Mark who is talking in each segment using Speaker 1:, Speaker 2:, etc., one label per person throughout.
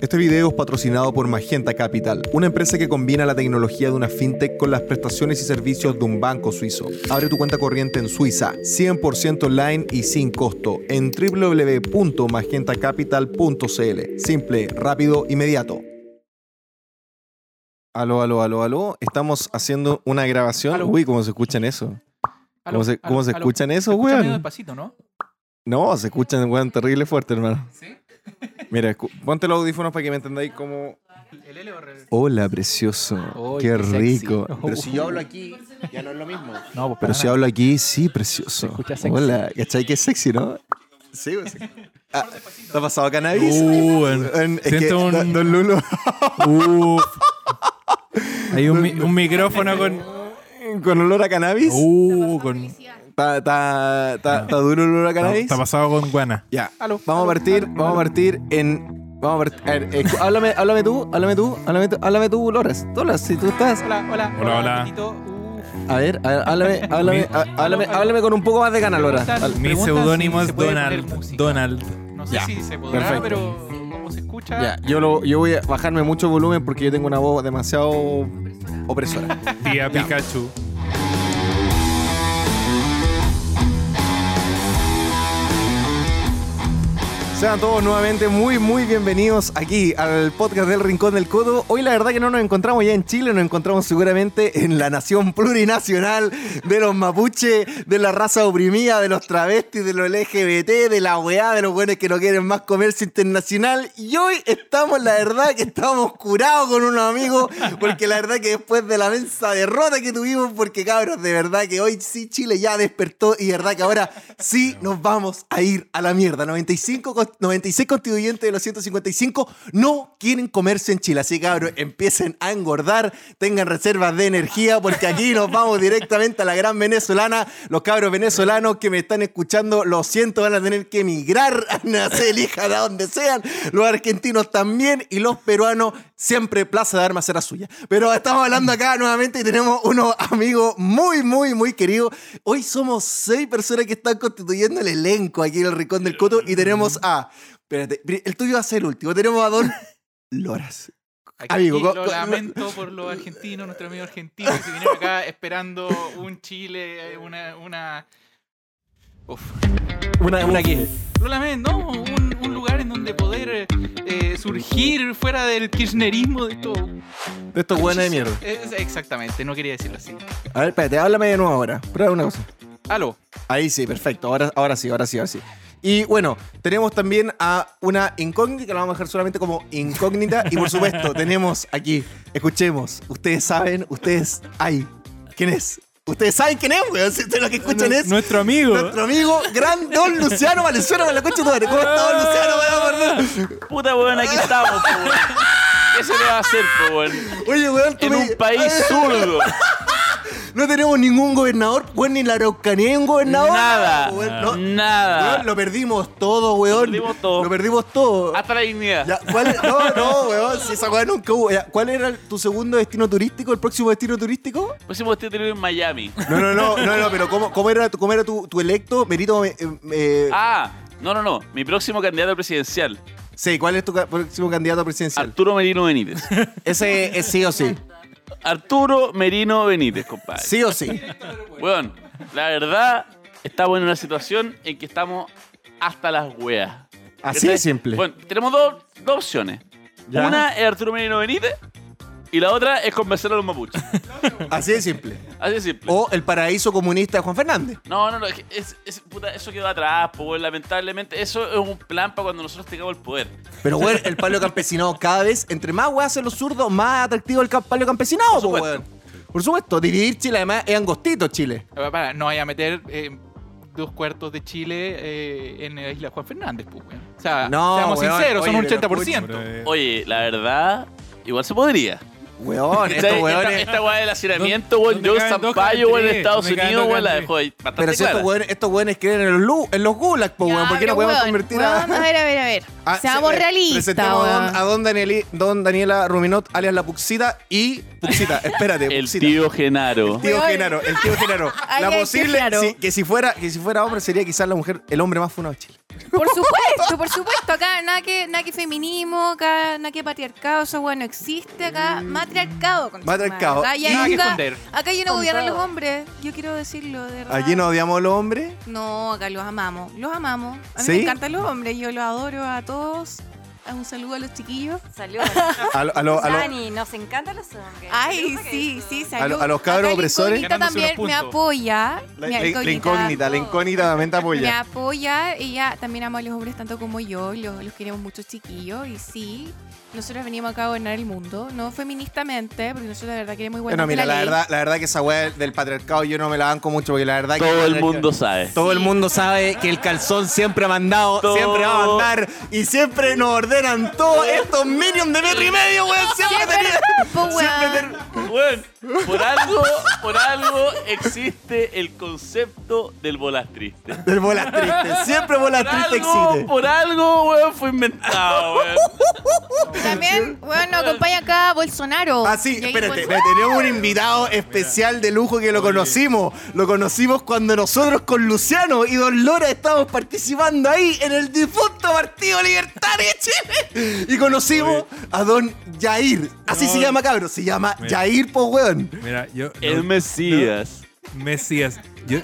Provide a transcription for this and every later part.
Speaker 1: Este video es patrocinado por Magenta Capital, una empresa que combina la tecnología de una fintech con las prestaciones y servicios de un banco suizo. Abre tu cuenta corriente en Suiza, 100% online y sin costo, en www.magentacapital.cl. Simple, rápido, inmediato. Aló, aló, aló, aló. Estamos haciendo una grabación.
Speaker 2: Aló.
Speaker 1: Uy, ¿cómo se escuchan eso?
Speaker 2: Aló,
Speaker 1: ¿Cómo se,
Speaker 2: aló,
Speaker 1: cómo se
Speaker 2: aló.
Speaker 1: escuchan
Speaker 2: Se
Speaker 1: eso,
Speaker 2: escucha medio
Speaker 1: weón?
Speaker 2: despacito, ¿no?
Speaker 1: No, se escuchan, weón, terrible fuerte, hermano.
Speaker 2: Sí.
Speaker 1: Mira, escu- ponte los audífonos para que me entendáis cómo...
Speaker 2: El L o el-
Speaker 1: Hola, precioso.
Speaker 2: Uy,
Speaker 1: qué
Speaker 2: qué sexy.
Speaker 1: rico. Pero si yo hablo aquí,
Speaker 3: Ya no es lo mismo.
Speaker 2: No, pues
Speaker 1: pero si hablo aquí, sí, precioso.
Speaker 2: escucha sexy.
Speaker 1: Hola, ¿cachai? Qué sexy, ¿no? Sí, pues, sí. Ah, ¿Te ha pasado cannabis?
Speaker 4: Uh, weón.
Speaker 1: En- es que,
Speaker 4: Siento un-
Speaker 1: don, don Lulo,
Speaker 4: Uf. Hay un, mi- un micrófono con.
Speaker 1: con olor a cannabis.
Speaker 4: Uh, con.
Speaker 1: Está está- está- está duro el olor a
Speaker 4: Está,
Speaker 1: cannabis.
Speaker 4: está pasado con guana.
Speaker 1: Ya. Vamos a partir, vamos a partir en. Vamos a partir. a ver, escu- háblame, háblame tú, háblame tú, háblame tú, háblame tú, Loras. Loras, si tú estás.
Speaker 2: Hola, hola.
Speaker 4: Hola, hola.
Speaker 2: Tito. Uf.
Speaker 1: A ver, a ver, háblame, háblame,
Speaker 4: Mi-
Speaker 1: a- háblame, háblame con un poco más de ganas, Loras.
Speaker 2: Preguntas-
Speaker 1: Hál-
Speaker 4: Mi
Speaker 2: preguntas
Speaker 4: seudónimo
Speaker 2: si
Speaker 4: es
Speaker 2: se puede poner
Speaker 4: Donald.
Speaker 2: música.
Speaker 4: Donald.
Speaker 2: No sé
Speaker 1: Ya,
Speaker 2: si se podrá,
Speaker 1: perfecto.
Speaker 2: pero como se escucha.
Speaker 1: Ya, yo, lo, yo voy a bajarme mucho volumen porque yo tengo una voz demasiado opresora.
Speaker 4: Tía Pikachu.
Speaker 1: Sean todos nuevamente muy, muy bienvenidos aquí al podcast del Rincón del Codo. Hoy la verdad que no nos encontramos ya en Chile, nos encontramos seguramente en la nación plurinacional de los mapuches, de la raza oprimida, de los travestis, de los LGBT, de la weá, de los buenos que no quieren más comercio internacional. Y hoy estamos, la verdad que estamos curados con unos amigos, porque la verdad que después de la mensa derrota que tuvimos, porque cabros, de verdad que hoy sí Chile ya despertó y de verdad que ahora sí nos vamos a ir a la mierda. 95, con- 96 constituyentes de los 155 no quieren comerse en Chile. Así cabros, empiecen a engordar, tengan reservas de energía, porque aquí nos vamos directamente a la gran venezolana. Los cabros venezolanos que me están escuchando, lo siento, van a tener que emigrar, se elijan a donde sean. Los argentinos también y los peruanos, siempre Plaza de Armas será suya. Pero estamos hablando acá nuevamente y tenemos unos amigos muy, muy, muy queridos. Hoy somos seis personas que están constituyendo el elenco aquí en el Rincón del Coto y tenemos a... Espérate, el tuyo va a ser el último. Tenemos a Don Loras.
Speaker 2: Aquí
Speaker 1: Amigo, co-
Speaker 2: lo
Speaker 1: co-
Speaker 2: lamento por los argentinos, nuestro amigo argentino que vinieron acá esperando un Chile, eh, una. una... Uf.
Speaker 1: Una, una
Speaker 2: Lo lamento, ¿no? Un, un lugar en donde poder eh, surgir fuera del kirchnerismo de estos.
Speaker 1: De estos buenos de mierda.
Speaker 2: Es- exactamente, no quería decirlo así.
Speaker 1: A ver, espérate, háblame de nuevo ahora. Prueba una cosa.
Speaker 2: Aló.
Speaker 1: Ahí sí, perfecto. Ahora, ahora sí, ahora sí, ahora sí. Y bueno, tenemos también a una incógnita que la vamos a dejar solamente como incógnita. Y por supuesto, tenemos aquí, escuchemos, ustedes saben, ustedes hay. ¿Quién es? Ustedes saben quién es, weón. Si ustedes lo que escuchan es
Speaker 4: Nuestro amigo.
Speaker 1: nuestro amigo, gran don Luciano Valenzuela, con la concha de tu madre. ¿Cómo está, don Luciano? weón?
Speaker 5: Puta weón, aquí estamos, po, weón. ¿Qué se le va a hacer, po, weón?
Speaker 1: Oye, eh, weón, tú
Speaker 5: En
Speaker 1: me-
Speaker 5: un país zurdo.
Speaker 1: No tenemos ningún gobernador, weón, ni la Araucanía hay un gobernador.
Speaker 5: Nada.
Speaker 1: Weón, no.
Speaker 5: Nada.
Speaker 1: Weón, lo perdimos todo, weón.
Speaker 5: Lo perdimos todo. Ah.
Speaker 1: Lo perdimos todo.
Speaker 5: Hasta la dignidad.
Speaker 1: Ya, ¿cuál- no, no, weón, si esa weá nunca hubo. Ya, ¿Cuál era el- tu segundo destino turístico, el próximo destino turístico?
Speaker 5: Pusimos este tiro en Miami.
Speaker 1: No, no, no, no, no, pero ¿cómo, cómo era, tu, cómo era tu, tu electo? Merito. eh, eh,
Speaker 5: Ah, no, no, no. Mi próximo candidato presidencial,
Speaker 1: Sí, ¿cuál es tu ca- próximo candidato presidencial?
Speaker 5: Arturo Merino Benítez.
Speaker 1: Ese es sí o sí.
Speaker 5: Arturo Merino Benítez, compadre.
Speaker 1: Sí o sí.
Speaker 5: Weón, la verdad, estamos en una situación en que estamos hasta las weas.
Speaker 1: Así
Speaker 5: ¿Cachai?
Speaker 1: de simple.
Speaker 5: Bueno, tenemos dos, dos opciones.
Speaker 1: Ya.
Speaker 5: Una es Arturo Merino Benítez y la otra es convencer a los mapuches.
Speaker 1: Así de simple.
Speaker 5: Así de simple.
Speaker 1: O el paraíso comunista de Juan Fernández.
Speaker 5: No, no, no, es, que es- es- puta, eso quedó atrás, po, weón, lamentablemente. Eso es un plan para cuando nosotros tengamos el poder.
Speaker 1: Pero, weón, el palio campesinado cada vez, entre más weá hacen los zurdos, más atractivo el ca- palio campesinado, po,
Speaker 5: supuesto.
Speaker 1: weón. Por supuesto, dividir Chile además es angostito, Chile.
Speaker 2: Para, para, no vaya a meter eh, dos cuartos de Chile eh, en la isla Juan Fernández, pues, weón. O sea,
Speaker 1: No,
Speaker 2: seamos
Speaker 1: weón,
Speaker 2: sinceros, son
Speaker 1: oye,
Speaker 2: un
Speaker 1: pero
Speaker 2: 80%.
Speaker 4: Pero, eh,
Speaker 5: Oye, la verdad, igual se podría.
Speaker 1: Weón,
Speaker 5: ¿Cachai?
Speaker 1: estos
Speaker 5: Esta-
Speaker 1: weones.
Speaker 5: Esta weá del hacinamiento, weón.
Speaker 4: dónde
Speaker 5: Yo
Speaker 4: caben dos
Speaker 5: Zampayo, weón, en
Speaker 4: cabriles?
Speaker 5: Estados
Speaker 4: ¿Dónde caben
Speaker 5: Unidos,
Speaker 4: dos
Speaker 5: weón, la dejó ahí.
Speaker 1: Pero si
Speaker 5: Bastante
Speaker 1: estos
Speaker 5: clara.
Speaker 1: weones, estos weones creen en los, lu- en los gulags, po, weón. ¿Por qué
Speaker 3: Ya,
Speaker 1: no
Speaker 3: pero,
Speaker 1: podemos
Speaker 3: weón,
Speaker 1: convertir
Speaker 3: weón, a
Speaker 1: a.
Speaker 3: ver, a ver, a ver.
Speaker 1: a-
Speaker 3: Seamos
Speaker 1: se-
Speaker 3: realistas,
Speaker 1: presentemos a don,
Speaker 3: weón.
Speaker 1: a don Danieli- don Daniela Ruminot, alias la Puxita y. Puxita, espérate,
Speaker 5: El
Speaker 1: Puxita.
Speaker 5: tío Genaro.
Speaker 1: Tío
Speaker 3: Weón.
Speaker 1: Genaro, el tío Genaro.
Speaker 3: Ay,
Speaker 1: La
Speaker 3: ay, qué
Speaker 1: posible,
Speaker 3: claro.
Speaker 1: si- que, si fuera, que si fuera hombre, sería quizás la mujer, el hombre más funado de Chile.
Speaker 3: Por supuesto, por supuesto. Acá nada que, nada que feminismo, acá nada que patriarcado, eso bueno existe. Acá matriarcado. Con
Speaker 1: Mm. Matriarcado.
Speaker 3: Acá, ya
Speaker 2: Y- Nada que
Speaker 3: nunca-
Speaker 2: esconder.
Speaker 3: acá yo no
Speaker 6: Con
Speaker 3: gobierno a los
Speaker 6: todo.
Speaker 3: hombres. Yo quiero decirlo, de verdad.
Speaker 1: Allí no odiamos a los hombres.
Speaker 3: No, acá los amamos. Los amamos. A mí
Speaker 1: ¿Sí?
Speaker 3: me encantan los hombres. Yo los adoro a todos. Un saludo a los chiquillos.
Speaker 6: Saludos.
Speaker 1: A, lo- a lo- a lo-
Speaker 6: Dani, nos encantan los hombres.
Speaker 3: Ay,
Speaker 6: Yo creo
Speaker 3: sí,
Speaker 6: que eso-
Speaker 3: sí,
Speaker 1: A lo-
Speaker 3: salud.
Speaker 1: a los cabros
Speaker 3: Acá
Speaker 1: opresores.
Speaker 3: La incógnita
Speaker 2: Ganándose
Speaker 3: también
Speaker 2: unos
Speaker 3: me
Speaker 2: puntos.
Speaker 3: apoya.
Speaker 1: la,
Speaker 3: Mi
Speaker 1: la- la incógnita, la incógnita también te
Speaker 3: Me
Speaker 1: apoya.
Speaker 3: apoya, ella también ama a los hombres tanto como yo, los, los queremos mucho chiquillos y sí, nosotros venimos acá a gobernar el mundo, no feministamente, porque nosotros de verdad queremos igualdad.
Speaker 1: Bueno, mira,
Speaker 3: ante
Speaker 1: la
Speaker 3: ley.
Speaker 1: verdad, la verdad que esa weá del patriarcado yo no me la banco mucho porque la verdad que.
Speaker 5: Todo el mundo sabe.
Speaker 1: Todo el mundo sabe que el calzón siempre ha mandado,
Speaker 5: Todo.
Speaker 1: siempre va a mandar y siempre nos ordenan todos estos minions de metro y medio, weón. Siempre
Speaker 3: Sí, es
Speaker 1: tenía-
Speaker 3: verdad, po, weón.
Speaker 1: siempre ten-
Speaker 5: Weón, por algo, por algo existe el concepto del bolas triste.
Speaker 1: Del bolas triste, siempre bolas
Speaker 5: Por
Speaker 1: triste
Speaker 5: algo,
Speaker 1: existe.
Speaker 5: por algo, weón, fue inventado, weón.
Speaker 3: Y también, bueno, nos acompaña acá Bolsonaro.
Speaker 1: Ah, sí,
Speaker 3: Jair
Speaker 1: espérate,
Speaker 3: Bolsonaro.
Speaker 1: tenemos un invitado especial de lujo que lo conocimos. Lo conocimos cuando nosotros con Luciano y Don Lora estábamos participando ahí en el difunto Partido Libertario de Chile. Y conocimos a Don Jair. Así
Speaker 4: No.
Speaker 1: se llama, cabro. Se llama
Speaker 4: Mira.
Speaker 1: Jair, po, weón.
Speaker 4: Mira, yo.
Speaker 5: El
Speaker 4: no-
Speaker 5: Mesías.
Speaker 4: no- Mesías. Yo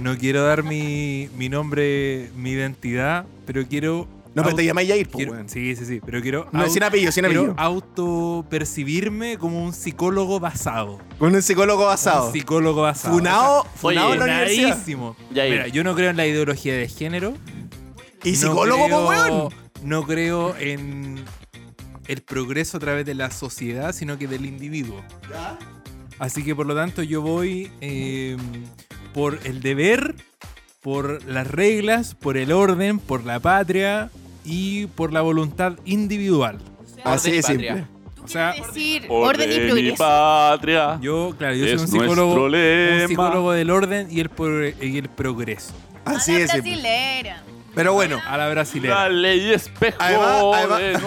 Speaker 4: no, no quiero dar mi, mi nombre, mi identidad, pero quiero.
Speaker 1: No, pero
Speaker 4: au-
Speaker 1: te llamáis Jair, po,
Speaker 4: quiero-
Speaker 1: weón.
Speaker 4: Sí, sí, sí, pero quiero.
Speaker 1: No,
Speaker 4: au-
Speaker 1: sin apellido, sin apellido.
Speaker 4: quiero autopercibirme como un psicólogo basado.
Speaker 1: Con un psicólogo basado.
Speaker 4: Un psicólogo basado.
Speaker 1: Funado, funado en la
Speaker 5: Oye,
Speaker 1: universidad.
Speaker 4: Funadísimo.
Speaker 5: Yair.
Speaker 4: Mira, yo no creo en la ideología de género.
Speaker 1: Y psicólogo,
Speaker 4: creo,
Speaker 1: po, weón.
Speaker 4: No creo en el progreso a través de la sociedad, sino que del individuo. Así que por lo tanto yo voy eh, por el deber, por las reglas, por el orden, por la patria y por la voluntad individual.
Speaker 1: Así
Speaker 2: Orden y
Speaker 1: es simple.
Speaker 2: patria.
Speaker 3: Tú
Speaker 4: O sea,
Speaker 3: quieres decir orden y progreso.
Speaker 5: patria.
Speaker 4: Yo, claro, yo
Speaker 5: Es
Speaker 4: soy un psicólogo,
Speaker 5: nuestro lema.
Speaker 4: un psicólogo del orden y el, progre- y el progreso.
Speaker 1: Así es simple.
Speaker 3: Brasilera.
Speaker 1: Pero bueno.
Speaker 4: A la
Speaker 5: La
Speaker 4: brasilera.
Speaker 5: ley espejo
Speaker 1: Además- además-
Speaker 5: de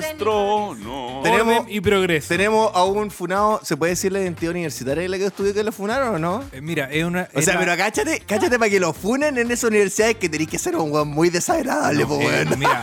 Speaker 5: nuestro no.
Speaker 1: Tenemos-
Speaker 4: Orden y progreso.
Speaker 1: Tenemos a un funado, ¿se puede decir la identidad universitaria de la que estudió que lo funaron o no?
Speaker 4: Eh, Mira, es una...
Speaker 1: O
Speaker 4: es
Speaker 1: sea,
Speaker 4: la-
Speaker 1: pero cáchate, cáchate para que lo funen en esas universidades que tenéis que ser un weón muy desagradable,
Speaker 4: No,
Speaker 1: po,
Speaker 4: eh,
Speaker 1: weón.
Speaker 4: mira,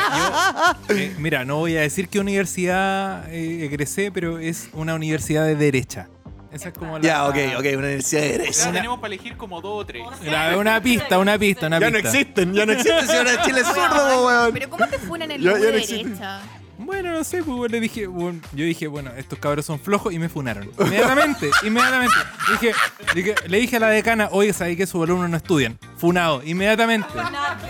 Speaker 4: mira, yo, eh, mira, no voy a decir qué universidad eh, egresé, pero es una universidad de derecha. Esa es como la.
Speaker 1: Ya, ok, ok, una universidad de
Speaker 2: Ya
Speaker 1: derecha.
Speaker 2: tenemos para elegir como dos o tres.
Speaker 4: la- una pista, una pista, una
Speaker 1: Ya no
Speaker 4: pista.
Speaker 1: existen, ya no existen si ahora Chile es zurdo, po, weón.
Speaker 3: Pero ¿cómo te funan el
Speaker 1: Yo-
Speaker 3: lado
Speaker 1: yo
Speaker 3: de
Speaker 1: no existe.
Speaker 3: derecha?
Speaker 4: Bueno, no sé, pues bueno, le dije, bueno, yo dije, bueno, estos cabros son flojos y me funaron. Inmediatamente, inmediatamente. Dije, dije- le dije a la decana, oye, sabéis que sus alumnos no estudian. Funado, inmediatamente.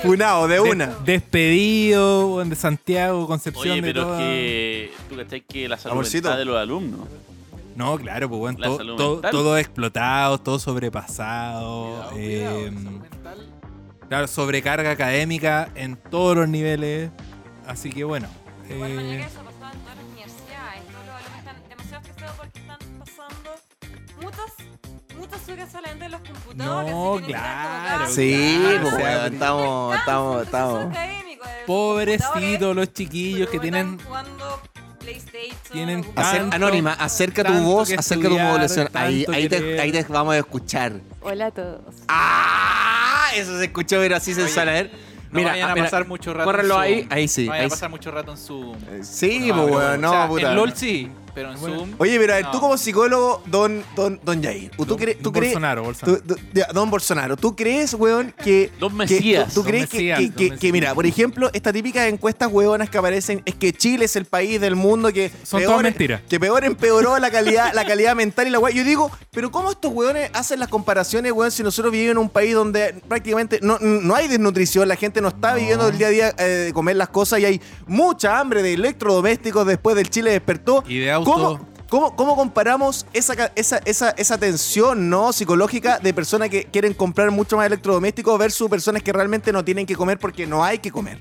Speaker 1: Funado, de
Speaker 4: De-
Speaker 1: una.
Speaker 4: despedido, bueno, de Santiago, Concepción,
Speaker 5: Oye,
Speaker 4: de
Speaker 5: pero
Speaker 4: toda-
Speaker 5: es que tú cachai que la salud
Speaker 1: Amorcito.
Speaker 5: mental de los alumnos.
Speaker 4: No, claro, pues bueno,
Speaker 5: La
Speaker 4: todo,
Speaker 5: salud
Speaker 4: todo,
Speaker 5: mental.
Speaker 4: todo explotado, todo sobrepasado. eh, claro, sobrecarga académica en todos los niveles. Así que bueno.
Speaker 6: De igual manera
Speaker 4: eh,
Speaker 6: eso ha pasado en todas las universidades. Todos los alumnos están demasiado estresados porque están pasando muchas, muchas horas solamente en los computadores.
Speaker 4: No,
Speaker 6: así que necesitan
Speaker 4: claro,
Speaker 6: como
Speaker 1: Sí,
Speaker 6: cada-
Speaker 1: po,
Speaker 4: o Ah, sea,
Speaker 1: weón, estamos, estamos, estamos.
Speaker 6: eh,
Speaker 4: pobrecitos los chiquillos que tienen.
Speaker 6: Jugando PlayStation,
Speaker 4: tienen
Speaker 6: ocupando-
Speaker 1: Hacer,
Speaker 4: Tanto-
Speaker 1: anónima, acerca tu
Speaker 4: tanto
Speaker 1: voz,
Speaker 4: que
Speaker 1: acerca tu
Speaker 4: estudiar,
Speaker 1: modulación. Ahí,
Speaker 4: tanto
Speaker 1: ahí,
Speaker 4: que
Speaker 1: te,
Speaker 4: leer.
Speaker 1: ahí te vamos a escuchar.
Speaker 6: Hola a todos.
Speaker 1: ¡Ah! Eso se escuchó, pero así se suena. a ver.
Speaker 2: No
Speaker 1: Mira,
Speaker 2: vayan
Speaker 1: ah,
Speaker 2: a
Speaker 1: mira,
Speaker 2: pasar mucho rato
Speaker 1: córrelo
Speaker 2: en Zoom.
Speaker 1: ahí, ahí sí,
Speaker 2: No vayan
Speaker 1: ahí
Speaker 2: a
Speaker 1: sí.
Speaker 2: pasar mucho rato en Zoom.
Speaker 1: Sí, po,
Speaker 2: bro.
Speaker 1: weón,
Speaker 2: O sea,
Speaker 1: no, puta.
Speaker 2: En LOL sí, pero en Zoom.
Speaker 1: Oye, pero a ver,
Speaker 2: No.
Speaker 1: tú como psicólogo, don, don, don Jair, ¿tú
Speaker 4: Don-
Speaker 1: crees, tú
Speaker 4: don
Speaker 1: crees,
Speaker 4: Bolsonaro,
Speaker 1: tú-
Speaker 4: Bolsonaro.
Speaker 1: tú- ya, don Bolsonaro, ¿tú crees, weón, que,
Speaker 5: Don
Speaker 1: que-
Speaker 5: Mesías.
Speaker 1: tú, tú
Speaker 4: Don
Speaker 1: crees que-
Speaker 4: Mesías,
Speaker 1: que,
Speaker 4: don
Speaker 1: que- que,
Speaker 4: Mesías.
Speaker 1: mira, por ejemplo, estas típicas encuestas weonas que aparecen es que Chile es el país del mundo que
Speaker 4: Son todas mentiras.
Speaker 1: que peor empeoró la calidad, la calidad mental y la weá. Yo digo, pero cómo estos weones hacen las comparaciones, weón, si nosotros vivimos en un país donde prácticamente no, no hay desnutrición, la gente no está
Speaker 4: No.
Speaker 1: viviendo el día a día eh, de comer las cosas y hay mucha hambre de electrodomésticos después del Chile despertó.
Speaker 4: Y de auto.
Speaker 1: ¿Cómo, cómo, cómo comparamos esa, ca- esa, esa, esa tensión ¿no? psicológica de personas que quieren comprar mucho más electrodomésticos versus personas que realmente no tienen que comer porque no hay que comer?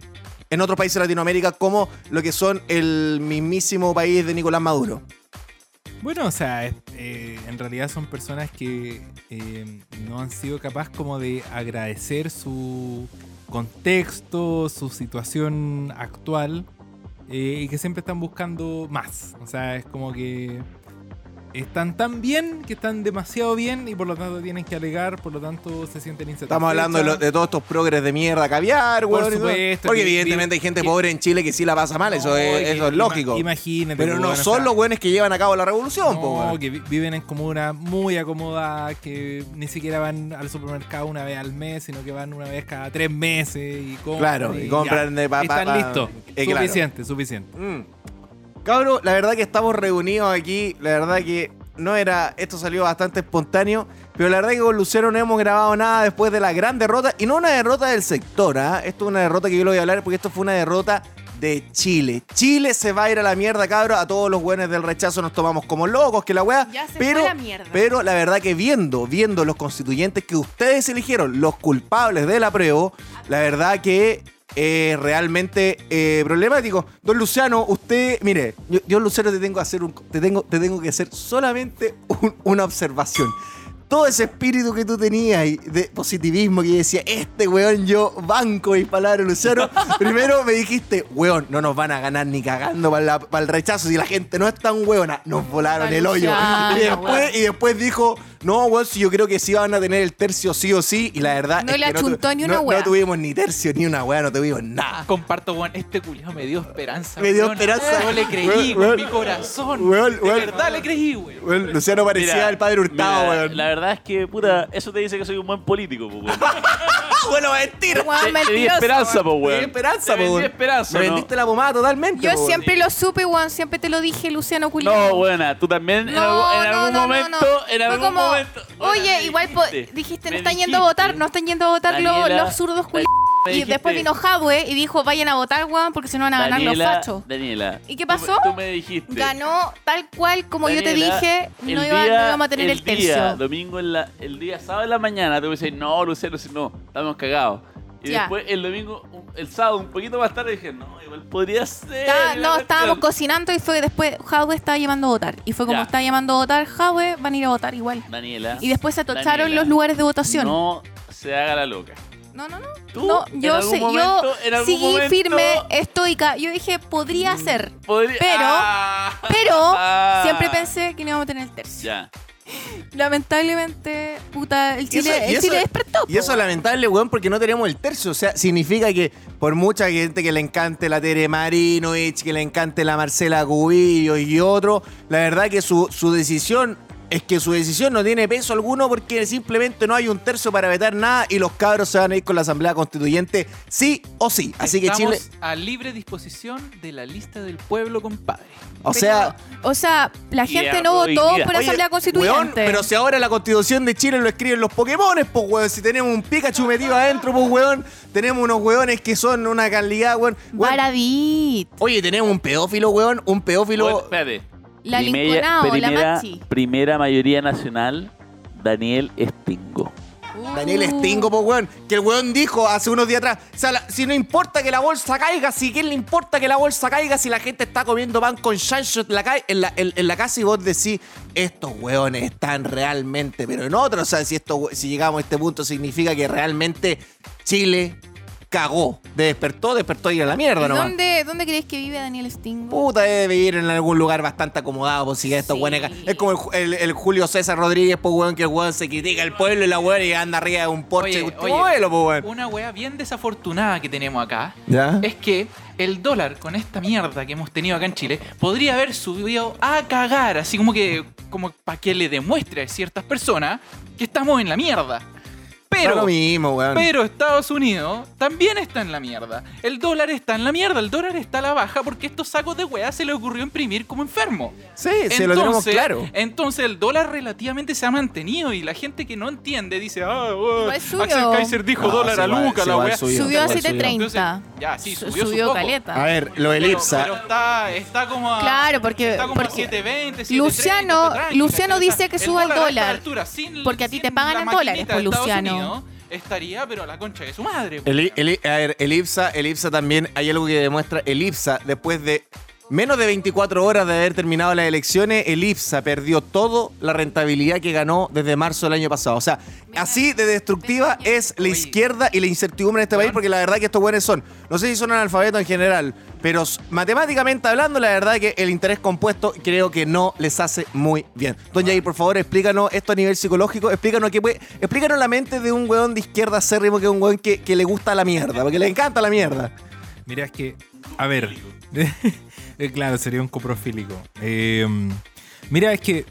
Speaker 1: En otros países de Latinoamérica, como lo que son el mismísimo país de Nicolás Maduro.
Speaker 4: Bueno, o sea, es- eh, en realidad son personas que eh, no han sido capaz como de agradecer su contexto, su situación actual eh, y que siempre están buscando más. O sea, es como que están tan bien que están demasiado bien y por lo tanto tienen que alegar, por lo tanto se sienten insatisfechos.
Speaker 1: Estamos hablando de, lo- de todos estos progres de mierda, caviar,
Speaker 4: Por
Speaker 1: weón. y todo.
Speaker 4: supuesto,
Speaker 1: Porque
Speaker 4: que-
Speaker 1: evidentemente hay gente
Speaker 4: que-
Speaker 1: pobre en Chile que sí la pasa mal, eso es, eso es lógico.
Speaker 4: Imagínate.
Speaker 1: Pero
Speaker 4: pues,
Speaker 1: no
Speaker 4: bueno, o
Speaker 1: son
Speaker 4: sea,
Speaker 1: los weones que llevan a cabo la revolución, po,
Speaker 4: No,
Speaker 1: weón.
Speaker 4: que vi- viven en comunas muy acomodadas, que ni siquiera van al supermercado una vez al mes, sino que van una vez cada tres meses y compran.
Speaker 1: Claro, y
Speaker 4: ya.
Speaker 1: compran de pa- pa-
Speaker 4: Están
Speaker 1: pa-
Speaker 4: listos.
Speaker 1: Eh, claro.
Speaker 4: suficiente, suficiente.
Speaker 1: Mm. Cabro, la verdad que estamos reunidos aquí, la verdad que no era, esto salió bastante espontáneo, pero la verdad que con Lucero no hemos grabado nada después de la gran derrota, y no una derrota del sector, ¿ah? esto es una derrota que yo lo voy a hablar porque esto fue una derrota de Chile. Chile se va a ir a la mierda, cabro, a todos los buenos del rechazo nos tomamos como locos, que la weá,
Speaker 3: Ya se
Speaker 1: pero...
Speaker 3: fue la mierda.
Speaker 1: Pero la verdad que viendo, viendo los constituyentes que ustedes eligieron, los culpables del apruebo, la verdad que es realmente eh, problemático. Don Luciano, usted, mire, yo, yo, Lucero te tengo que hacer un, te tengo, te tengo que hacer solamente un- una observación. Todo ese espíritu que tú tenías y de positivismo que decía, este weón yo banco mis palabras, Lucero. Primero me dijiste, weón, no nos van a ganar ni cagando para, la- para el rechazo. Si la gente no es tan weona, nos volaron
Speaker 3: Don
Speaker 1: el hoyo.
Speaker 3: Luciano,
Speaker 1: Y después,
Speaker 3: weón.
Speaker 1: y después dijo, no, weón, si yo creo que sí van a tener el tercio sí o sí. Y la verdad
Speaker 3: No
Speaker 1: es
Speaker 3: le
Speaker 1: que
Speaker 3: achuntó
Speaker 1: tu-
Speaker 3: ni una
Speaker 1: no-
Speaker 3: hueá.
Speaker 1: No tuvimos ni tercio ni una weá, no tuvimos nada.
Speaker 2: Comparto, weón. Este culiao me dio esperanza.
Speaker 1: Me dio
Speaker 2: weón.
Speaker 1: esperanza.
Speaker 2: Yo le creí
Speaker 1: Weón,
Speaker 2: con
Speaker 1: weón.
Speaker 2: mi corazón.
Speaker 1: Weón,
Speaker 2: de
Speaker 1: weón.
Speaker 2: verdad le creí, weón.
Speaker 1: Weón, Luciano parecía
Speaker 5: Mira,
Speaker 1: el padre Hurtado,
Speaker 5: mira,
Speaker 1: weón.
Speaker 5: La verdad es que, puta, eso te dice que soy un buen político, po, weón.
Speaker 1: ¡Ah, bueno, mentir!
Speaker 3: Weón,
Speaker 5: Te- te di
Speaker 3: mentiroso,
Speaker 5: esperanza,
Speaker 1: Te
Speaker 5: po, Oh, weón.
Speaker 1: di esperanza,
Speaker 5: Te vendí
Speaker 1: po, weón. Me
Speaker 5: esperanza, ¿no?
Speaker 1: vendiste la pomada totalmente, po,
Speaker 3: Yo
Speaker 1: weón.
Speaker 3: siempre lo supe, weón. Siempre te lo dije, Luciano Culiado.
Speaker 5: No, buena, tú también en algún, en algún momento, en algún momento.
Speaker 3: Oye, igual po- dijiste, no están yendo a votar, no están yendo a votar los-
Speaker 5: Daniela,
Speaker 3: los zurdos
Speaker 5: Daniela,
Speaker 3: culiados. Y después vino Jadwe y dijo, vayan a votar, weón, porque si no van a ganar los fachos.
Speaker 5: Daniela.
Speaker 3: ¿Y qué
Speaker 5: tú me-
Speaker 3: pasó?
Speaker 5: Tú, me dijiste.
Speaker 3: Ganó tal cual como yo te
Speaker 5: Daniela,
Speaker 3: dije,
Speaker 5: el
Speaker 3: no, iba,
Speaker 5: día-
Speaker 3: no íbamos a tener el, tercio.
Speaker 5: Día, domingo en la, el día sábado en la mañana, te voy a decir, no, Lucero, si no, estamos cagados. Y
Speaker 3: Ya.
Speaker 5: después el domingo, un- el sábado, un poquito más tarde, dije, no, igual podría ser.
Speaker 3: Está-
Speaker 5: la
Speaker 3: no,
Speaker 5: cuestión".
Speaker 3: estábamos cocinando y fue después Jadwe estaba llamando a votar. Y fue como
Speaker 5: Ya.
Speaker 3: estaba llamando a votar Jadwe, van a ir a votar igual.
Speaker 5: Daniela.
Speaker 3: Y después se atocharon
Speaker 5: Daniela,
Speaker 3: los lugares de votación. No,
Speaker 5: No se haga la loca.
Speaker 3: no, no.
Speaker 5: Tú,
Speaker 3: no,
Speaker 5: en
Speaker 3: yo,
Speaker 5: algún
Speaker 3: sé-
Speaker 5: momento- en
Speaker 3: yo
Speaker 5: algún
Speaker 3: seguí
Speaker 5: momento
Speaker 3: firme, estoica. Yo dije, podría ser.
Speaker 5: podría-
Speaker 3: pero-
Speaker 5: Ah,
Speaker 3: Pero
Speaker 5: Ah.
Speaker 3: siempre pensé que no íbamos a tener el tercio.
Speaker 5: ya.
Speaker 3: Lamentablemente, puta, el Chile,
Speaker 1: eso- y
Speaker 3: el
Speaker 1: eso-
Speaker 3: Chile despertó.
Speaker 1: Y eso es lamentable, weón, porque no tenemos el tercio. O sea, significa que por mucha gente que le encante la Tere Marinovich, que le encante la Marcela Cubillo y otro, la verdad que su, su decisión es que su decisión no tiene peso alguno porque simplemente no hay un tercio para vetar nada y los cabros se van a ir con la Asamblea Constituyente sí o sí. Así que
Speaker 2: Estamos
Speaker 1: Chile...
Speaker 2: a libre disposición de la lista del pueblo, compadre.
Speaker 1: O sea...
Speaker 3: o sea, la
Speaker 5: Y
Speaker 3: gente
Speaker 5: de
Speaker 3: no votó
Speaker 5: arrodillas.
Speaker 3: por la
Speaker 1: Oye,
Speaker 3: Asamblea Constituyente.
Speaker 1: weón, pero si ahora la constitución de Chile lo escriben los Pokémones, pues weón, si tenemos un Pikachu metido adentro, pues weón, tenemos unos weones que son una calidad, weón. Weón,
Speaker 3: Baradit,
Speaker 1: Oye, tenemos un pedófilo, weón, un
Speaker 5: Bueno,
Speaker 1: pedófilo.
Speaker 5: espérate.
Speaker 3: la
Speaker 5: primera,
Speaker 3: Linconao, la
Speaker 5: primera-
Speaker 3: Machi.
Speaker 5: primera mayoría nacional, Daniel Espingo.
Speaker 1: Daniel
Speaker 3: Uh,
Speaker 1: Stingo, pues weón, que el weón dijo hace unos días atrás, o sea, la- si no importa que la bolsa caiga, si quién le importa que la bolsa caiga, si la gente está comiendo pan con chancho en la, ca- en la, en- en la casa y vos decís, estos weones están realmente, pero en otro, o sea, si, esto, si llegamos a este punto significa que realmente Chile cagó, despertó, despertó y a la mierda
Speaker 3: ¿Y
Speaker 1: nomás.
Speaker 3: ¿Dónde, ¿Dónde crees que vive Daniel Stingo?
Speaker 1: Puta, debe vivir en algún lugar bastante acomodado, pues si estos
Speaker 3: Sí.
Speaker 1: weones ca- Es como el, Ju- el- el Julio César Rodríguez, pues weón, que el weón se critica el pueblo y la weón y anda arriba de un porche.
Speaker 2: Oye,
Speaker 1: un
Speaker 2: oye.
Speaker 1: modelo, pues weón.
Speaker 2: Una wea bien desafortunada que tenemos acá
Speaker 1: ¿Ya?
Speaker 2: es que el dólar con esta mierda que hemos tenido acá en Chile podría haber subido a cagar, así como que como para que le demuestre a ciertas personas que estamos en la mierda.
Speaker 1: Pero,
Speaker 2: Pero
Speaker 1: lo mismo, weón.
Speaker 2: Pero Estados Unidos también está en la mierda. El dólar está en la mierda. El dólar está a la baja porque estos sacos de weá se les ocurrió imprimir como enfermo.
Speaker 1: sí, se lo tenemos claro.
Speaker 2: Entonces eh, el dólar relativamente se ha mantenido y la gente que no entiende dice, ah, weón,
Speaker 3: Igual subió.
Speaker 2: Axel Kaiser dijo
Speaker 1: No,
Speaker 2: dólar
Speaker 1: se
Speaker 2: a
Speaker 1: va-
Speaker 2: Luca,
Speaker 1: se
Speaker 2: la
Speaker 1: va
Speaker 2: weá.
Speaker 1: subido.
Speaker 3: Subió a
Speaker 1: Subió,
Speaker 3: 7.30.
Speaker 2: Entonces, ya, sí,
Speaker 3: Su-
Speaker 2: subió, su poco.
Speaker 3: caleta.
Speaker 1: A ver, lo
Speaker 2: Pero-
Speaker 1: elipsa.
Speaker 2: Pero, está, está como a...
Speaker 3: Claro, porque-
Speaker 2: Está como a
Speaker 3: porque
Speaker 2: 7.20, 7.30,
Speaker 3: Luciano-
Speaker 2: está tranquila,
Speaker 3: Luciano
Speaker 2: ¿cachai?
Speaker 3: dice que
Speaker 2: O sea,
Speaker 3: suba el
Speaker 2: a esta
Speaker 3: dólar,
Speaker 2: altura, sin-
Speaker 3: porque a ti te
Speaker 2: sin
Speaker 3: pagan
Speaker 2: la
Speaker 3: en dólares,
Speaker 2: maquinita
Speaker 3: pues,
Speaker 2: de Estados
Speaker 3: Luciano.
Speaker 2: Unidos, estaría, pero a la concha de su madre.
Speaker 1: El,
Speaker 2: pues.
Speaker 1: el- a ver, el IPSA, el IPSA también, hay algo que demuestra el IPSA después de Menos de 24 horas de haber terminado las elecciones, el IPSA perdió toda la rentabilidad que ganó desde marzo del año pasado. O sea,
Speaker 3: Mira,
Speaker 1: así de destructiva
Speaker 3: veinte años.
Speaker 1: es la
Speaker 2: Oye.
Speaker 1: izquierda y la incertidumbre en este país, porque la verdad que estos buenos son, no sé si son analfabetos en general, pero s- matemáticamente hablando, la verdad que el interés compuesto creo que no les hace muy bien. Don Jair, por favor, explícanos esto a nivel psicológico, explícanos qué puede- explícanos la mente de un weón de izquierda acérrimo que es un weón que, que le gusta la mierda, porque le encanta la mierda.
Speaker 4: Mira, es que. A ver. Eh, claro, sería un coprofílico. Eh, mira, es que.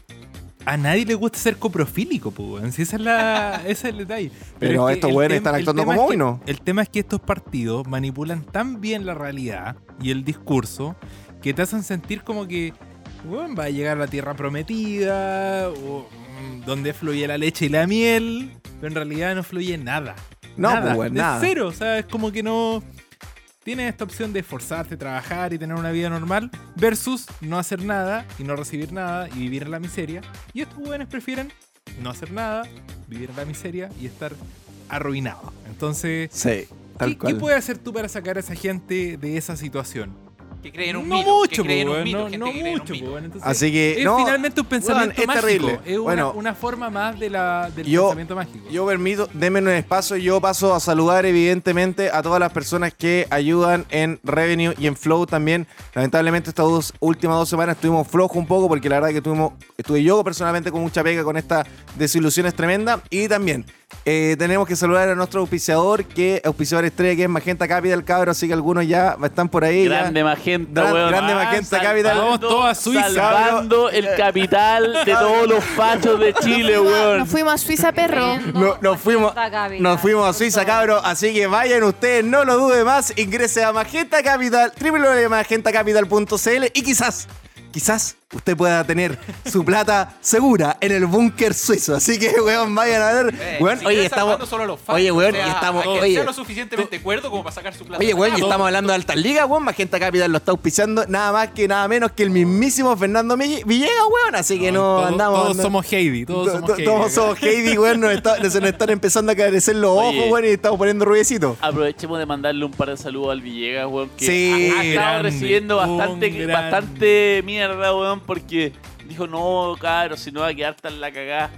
Speaker 4: A nadie le gusta ser coprofílico, pues, weón. Si esa es la, ese es el detalle.
Speaker 1: Pero
Speaker 4: es que
Speaker 1: estos
Speaker 4: el
Speaker 1: weones
Speaker 4: tem-
Speaker 1: están
Speaker 4: el
Speaker 1: actuando
Speaker 4: tema
Speaker 1: como
Speaker 4: es que-
Speaker 1: uno.
Speaker 4: El tema es que estos partidos manipulan tan bien la realidad y el discurso que te hacen sentir como que, weón, va a llegar la tierra prometida, o, mm, donde fluye la leche y la miel, pero en realidad no fluye nada.
Speaker 1: No,
Speaker 4: nada,
Speaker 1: pues, weón,
Speaker 4: de
Speaker 1: nada.
Speaker 4: cero, o sea, es como que no tienes esta opción de esforzarte, trabajar y tener una vida normal, versus no hacer nada y no recibir nada y vivir en la miseria. Y estos jóvenes prefieren no hacer nada, vivir en la miseria y estar arruinados. Entonces,
Speaker 1: Sí,
Speaker 4: ¿qué, qué puedes hacer tú para sacar a esa gente de esa situación?
Speaker 2: Que creen un
Speaker 4: no
Speaker 2: mito.
Speaker 4: mucho,
Speaker 2: que creen
Speaker 4: po,
Speaker 2: un
Speaker 1: pues,
Speaker 4: weón,
Speaker 2: mito, gente
Speaker 4: no- no,
Speaker 2: que cree en un
Speaker 4: mucho,
Speaker 2: mito.
Speaker 4: po, weón. Entonces,
Speaker 1: Así que
Speaker 4: es
Speaker 1: Eh, no,
Speaker 4: finalmente un pensamiento
Speaker 1: es
Speaker 4: mágico.
Speaker 1: terrible.
Speaker 4: Es una,
Speaker 1: Bueno.
Speaker 4: una forma más de la, del
Speaker 1: Yo-
Speaker 4: pensamiento mágico.
Speaker 1: Yo permito, denme un espacio, yo paso a saludar evidentemente a todas las personas que ayudan en Revenue y en Flow también. Lamentablemente estas dos últimas dos semanas estuvimos flojos un poco porque la verdad que tuvimos, estuve yo personalmente con mucha pega con estas desilusiones tremendas y también eh, tenemos que saludar a nuestro auspiciador, que auspiciador estrella que es Magenta Capital, cabro, así que algunos ya están por ahí. ya.
Speaker 5: Grande Magenta,
Speaker 1: Gran-
Speaker 5: weón. Ah,
Speaker 1: grande Magenta Capital.
Speaker 4: Vamos todos a Suiza.
Speaker 5: Salvando el capital de todos los fachos de Chile, weón.
Speaker 3: Nos fuimos a Suiza, perro.
Speaker 1: No- nos fuimos, nos fuimos a Suiza, cabros. Así que vayan ustedes, no lo duden más. Ingrese a Magenta Capital, www.magentacapital.cl y quizás, quizás usted pueda tener su plata segura en el búnker suizo. Así que, weón, vayan a ver.
Speaker 2: Eh,
Speaker 1: Weón,
Speaker 2: si
Speaker 1: oye,
Speaker 2: estás
Speaker 1: estamos.
Speaker 2: salvando solo a los fans,
Speaker 1: Oye, weón,
Speaker 2: o sea,
Speaker 1: y estamos.
Speaker 2: hay que
Speaker 1: Oye,
Speaker 2: ser lo suficientemente cuerdo como para sacar su plata.
Speaker 1: Oye, weón, y
Speaker 2: Ah,
Speaker 1: estamos hablando de altas ligas, weón. Magenta Capital lo está auspiciando nada más que nada menos que el mismísimo Fernando Mille- Villegas, weón. Así que no,
Speaker 4: Todos-
Speaker 1: andamos.
Speaker 4: Todos
Speaker 1: andamos-
Speaker 4: somos Heidi. Todos
Speaker 1: to-
Speaker 4: somos
Speaker 1: to-
Speaker 4: Heidi.
Speaker 1: todos somos Heidi, weón. Nos está- se nos están empezando a carecer los
Speaker 5: Oye.
Speaker 1: ojos, weón, y estamos poniendo rubiecitos.
Speaker 5: Aprovechemos de mandarle un par de saludos al Villegas, weón, que
Speaker 1: Sí,
Speaker 5: ha, ha estado
Speaker 4: grande,
Speaker 5: recibiendo
Speaker 4: un
Speaker 5: bastante,
Speaker 4: grande.
Speaker 5: bastante mierda, weón, porque dijo, no, caro, si no va a quedar tan la cagada.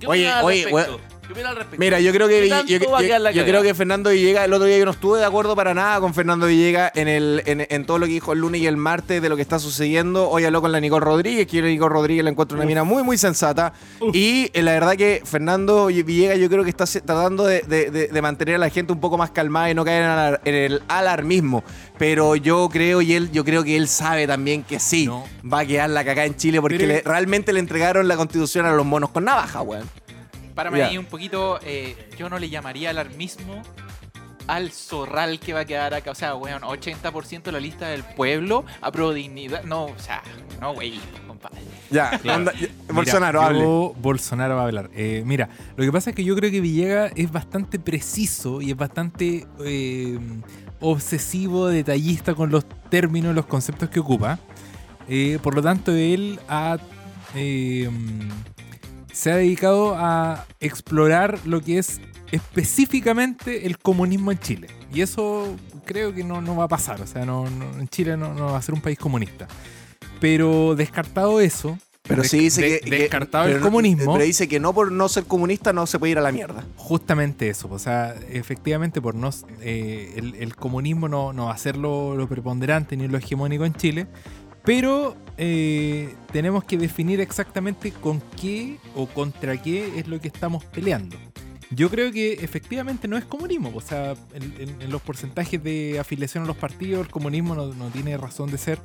Speaker 5: ¿Qué
Speaker 1: Oye,
Speaker 5: opinas al
Speaker 1: oye,
Speaker 5: respecto?
Speaker 1: weón.
Speaker 5: ¿Qué opinas al respecto?
Speaker 1: Mira, yo creo que
Speaker 5: ¿Qué
Speaker 1: Ville-
Speaker 5: tanto
Speaker 1: yo,
Speaker 5: va a
Speaker 1: yo-
Speaker 5: quedar la
Speaker 1: yo
Speaker 5: cagada?
Speaker 1: creo que Fernando Villegas, el otro día yo no estuve de acuerdo para nada con Fernando Villegas en el, en, en todo lo que dijo el lunes y el martes de lo que está sucediendo. Hoy habló con la Nicole Rodríguez, que yo a la Nicole Rodríguez la encuentro una mina muy, muy sensata. Y eh, la verdad que Fernando Villegas yo creo que está se- tratando de, de- de- de mantener a la gente un poco más calmada y no caer en, alar- en el alarmismo. Pero yo creo, y él, yo creo que él sabe también que sí,
Speaker 4: No.
Speaker 1: va a quedar la cagada en Chile porque
Speaker 4: Pero-
Speaker 1: le- realmente le entregaron la constitución a los monos con navaja, weón.
Speaker 2: Para mí
Speaker 1: Ya.
Speaker 2: un poquito, eh, yo no le llamaría alarmismo al zorral que va a quedar acá. O sea, weón, 80% de la lista del pueblo a pro dignidad. No, o sea, no, wey, compadre.
Speaker 1: Ya,
Speaker 4: Claro.
Speaker 1: onda- ya,
Speaker 4: Mira,
Speaker 1: Bolsonaro,
Speaker 4: yo-
Speaker 1: hable.
Speaker 4: Bolsonaro va a hablar. Eh, mira, lo que pasa es que yo creo que Villegas es bastante preciso y es bastante eh, obsesivo, detallista con los términos, los conceptos que ocupa. Eh, por lo tanto, él ha, eh, se ha dedicado a explorar lo que es específicamente el comunismo en Chile. Y eso creo que no, no va a pasar. O sea, no, no- en Chile no, no va a ser un país comunista. Pero descartado eso,
Speaker 1: Pero sí
Speaker 4: Des-
Speaker 1: dice
Speaker 4: de-
Speaker 1: que. que-
Speaker 4: descartado el
Speaker 1: pero no-
Speaker 4: comunismo.
Speaker 1: Pero dice que no por no ser comunista no se puede ir a la mierda.
Speaker 4: justamente eso. pues, O sea, efectivamente, por no eh, el, el comunismo no, no va a ser lo, lo preponderante ni lo hegemónico en Chile. Pero eh, tenemos que definir exactamente con qué o contra qué es lo que estamos peleando. Yo creo que efectivamente no es comunismo. O sea, en, en- en los porcentajes de afiliación a los partidos, el comunismo no, no tiene razón de ser.